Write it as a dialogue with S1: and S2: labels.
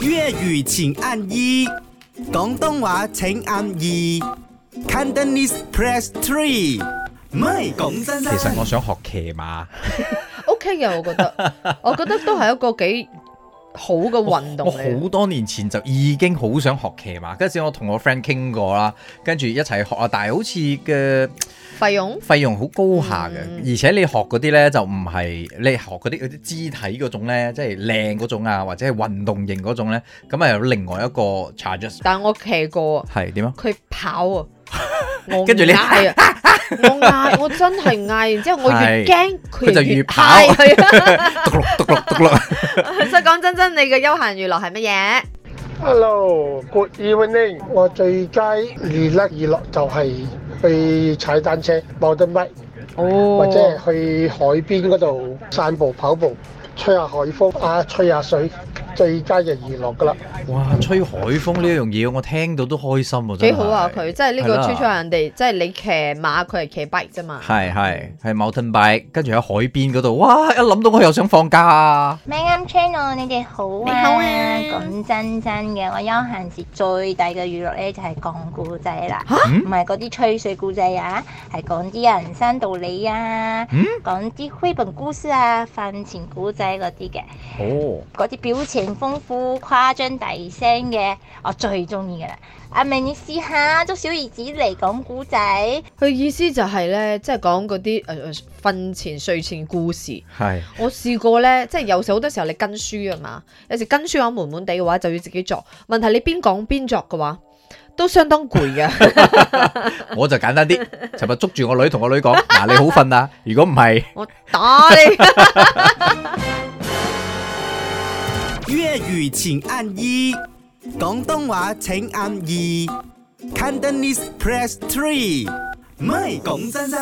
S1: 粤语请按一，广东话请按二，Cantonese press three。唔係講真
S2: 其實
S1: 真，
S2: 我想學騎馬，
S3: OK 嘅，我覺 得，我覺得都係一個幾好嘅運動
S2: 我
S3: 嚟嘅。
S2: 好多年前就已經好想學騎馬。嗰陣時我同我 friend 傾過啦，跟住一齊學啊，但係好似嘅
S3: 費用
S2: 費用好高下嘅，
S3: 嗯
S2: 而且你學嗰啲呢，就唔係你學嗰啲嗰啲肢體嗰種呢，即係靚嗰種啊，或者係運動型嗰種呢，咁啊係有另外一個 charges
S3: 但我騎過啊，
S2: 係點啊？
S3: 佢跑 啊，我
S2: 跟住你
S3: 嗌 啊，我嗌，我真係嗌，然之後我越
S2: 係
S3: 驚佢
S2: 佢就越跑
S3: 嗌 係啊！
S2: 篤碌篤碌篤碌，
S3: 所以講真真，你嘅休閒娛樂係乜嘢？
S4: Hello, good evening。我最佳娛樂娛樂就係去踩單車 mountain bike，
S3: 哦
S4: 或者係去海邊嗰度散步跑步，吹下海風啊，吹下水，最佳嘅娛樂㗎啦。
S2: 哇！吹海風呢樣嘢，我聽到都開心喎，真
S3: 幾
S2: 係
S3: 好啊！佢即係呢個
S2: 係啦
S3: t u 人哋，即係你騎馬，佢係騎 bike 啫嘛。
S2: 係係係 mountain bike，跟住喺海邊嗰度，哇！一諗到我又想放假啊！
S5: Mangam Channel，你哋好
S3: 你
S5: 啊！
S3: 好啊
S5: 講真真嘅，我休閒時最大嘅娛樂咧就係講古仔啦，唔係嗰啲吹水古仔啊，係講啲人生道理啊
S2: 嗯，
S5: 講啲繪本故事啊、瞓前古仔嗰啲嘅，
S2: 哦，
S5: 嗰啲表情豐富、誇張大聲嘅，我最中意嘅啦。阿明，你試下捉小兒子嚟講古仔。
S3: 佢意思就係咧，即係講嗰啲誒瞓前睡前故事。
S2: 係
S3: 我試過咧，即係有時好多時候你跟書啊嘛，有時跟書玩悶悶地嘅話，就要自己作。問題你邊講邊作嘅話，都相當攰嘅。
S2: 我就簡單啲，尋日捉住我女同我女講：嗱，你好瞓啦！如果唔係，
S3: 我打你。
S1: 粵語請按一，廣東話請按二，Cantonese press three。唔係講真真。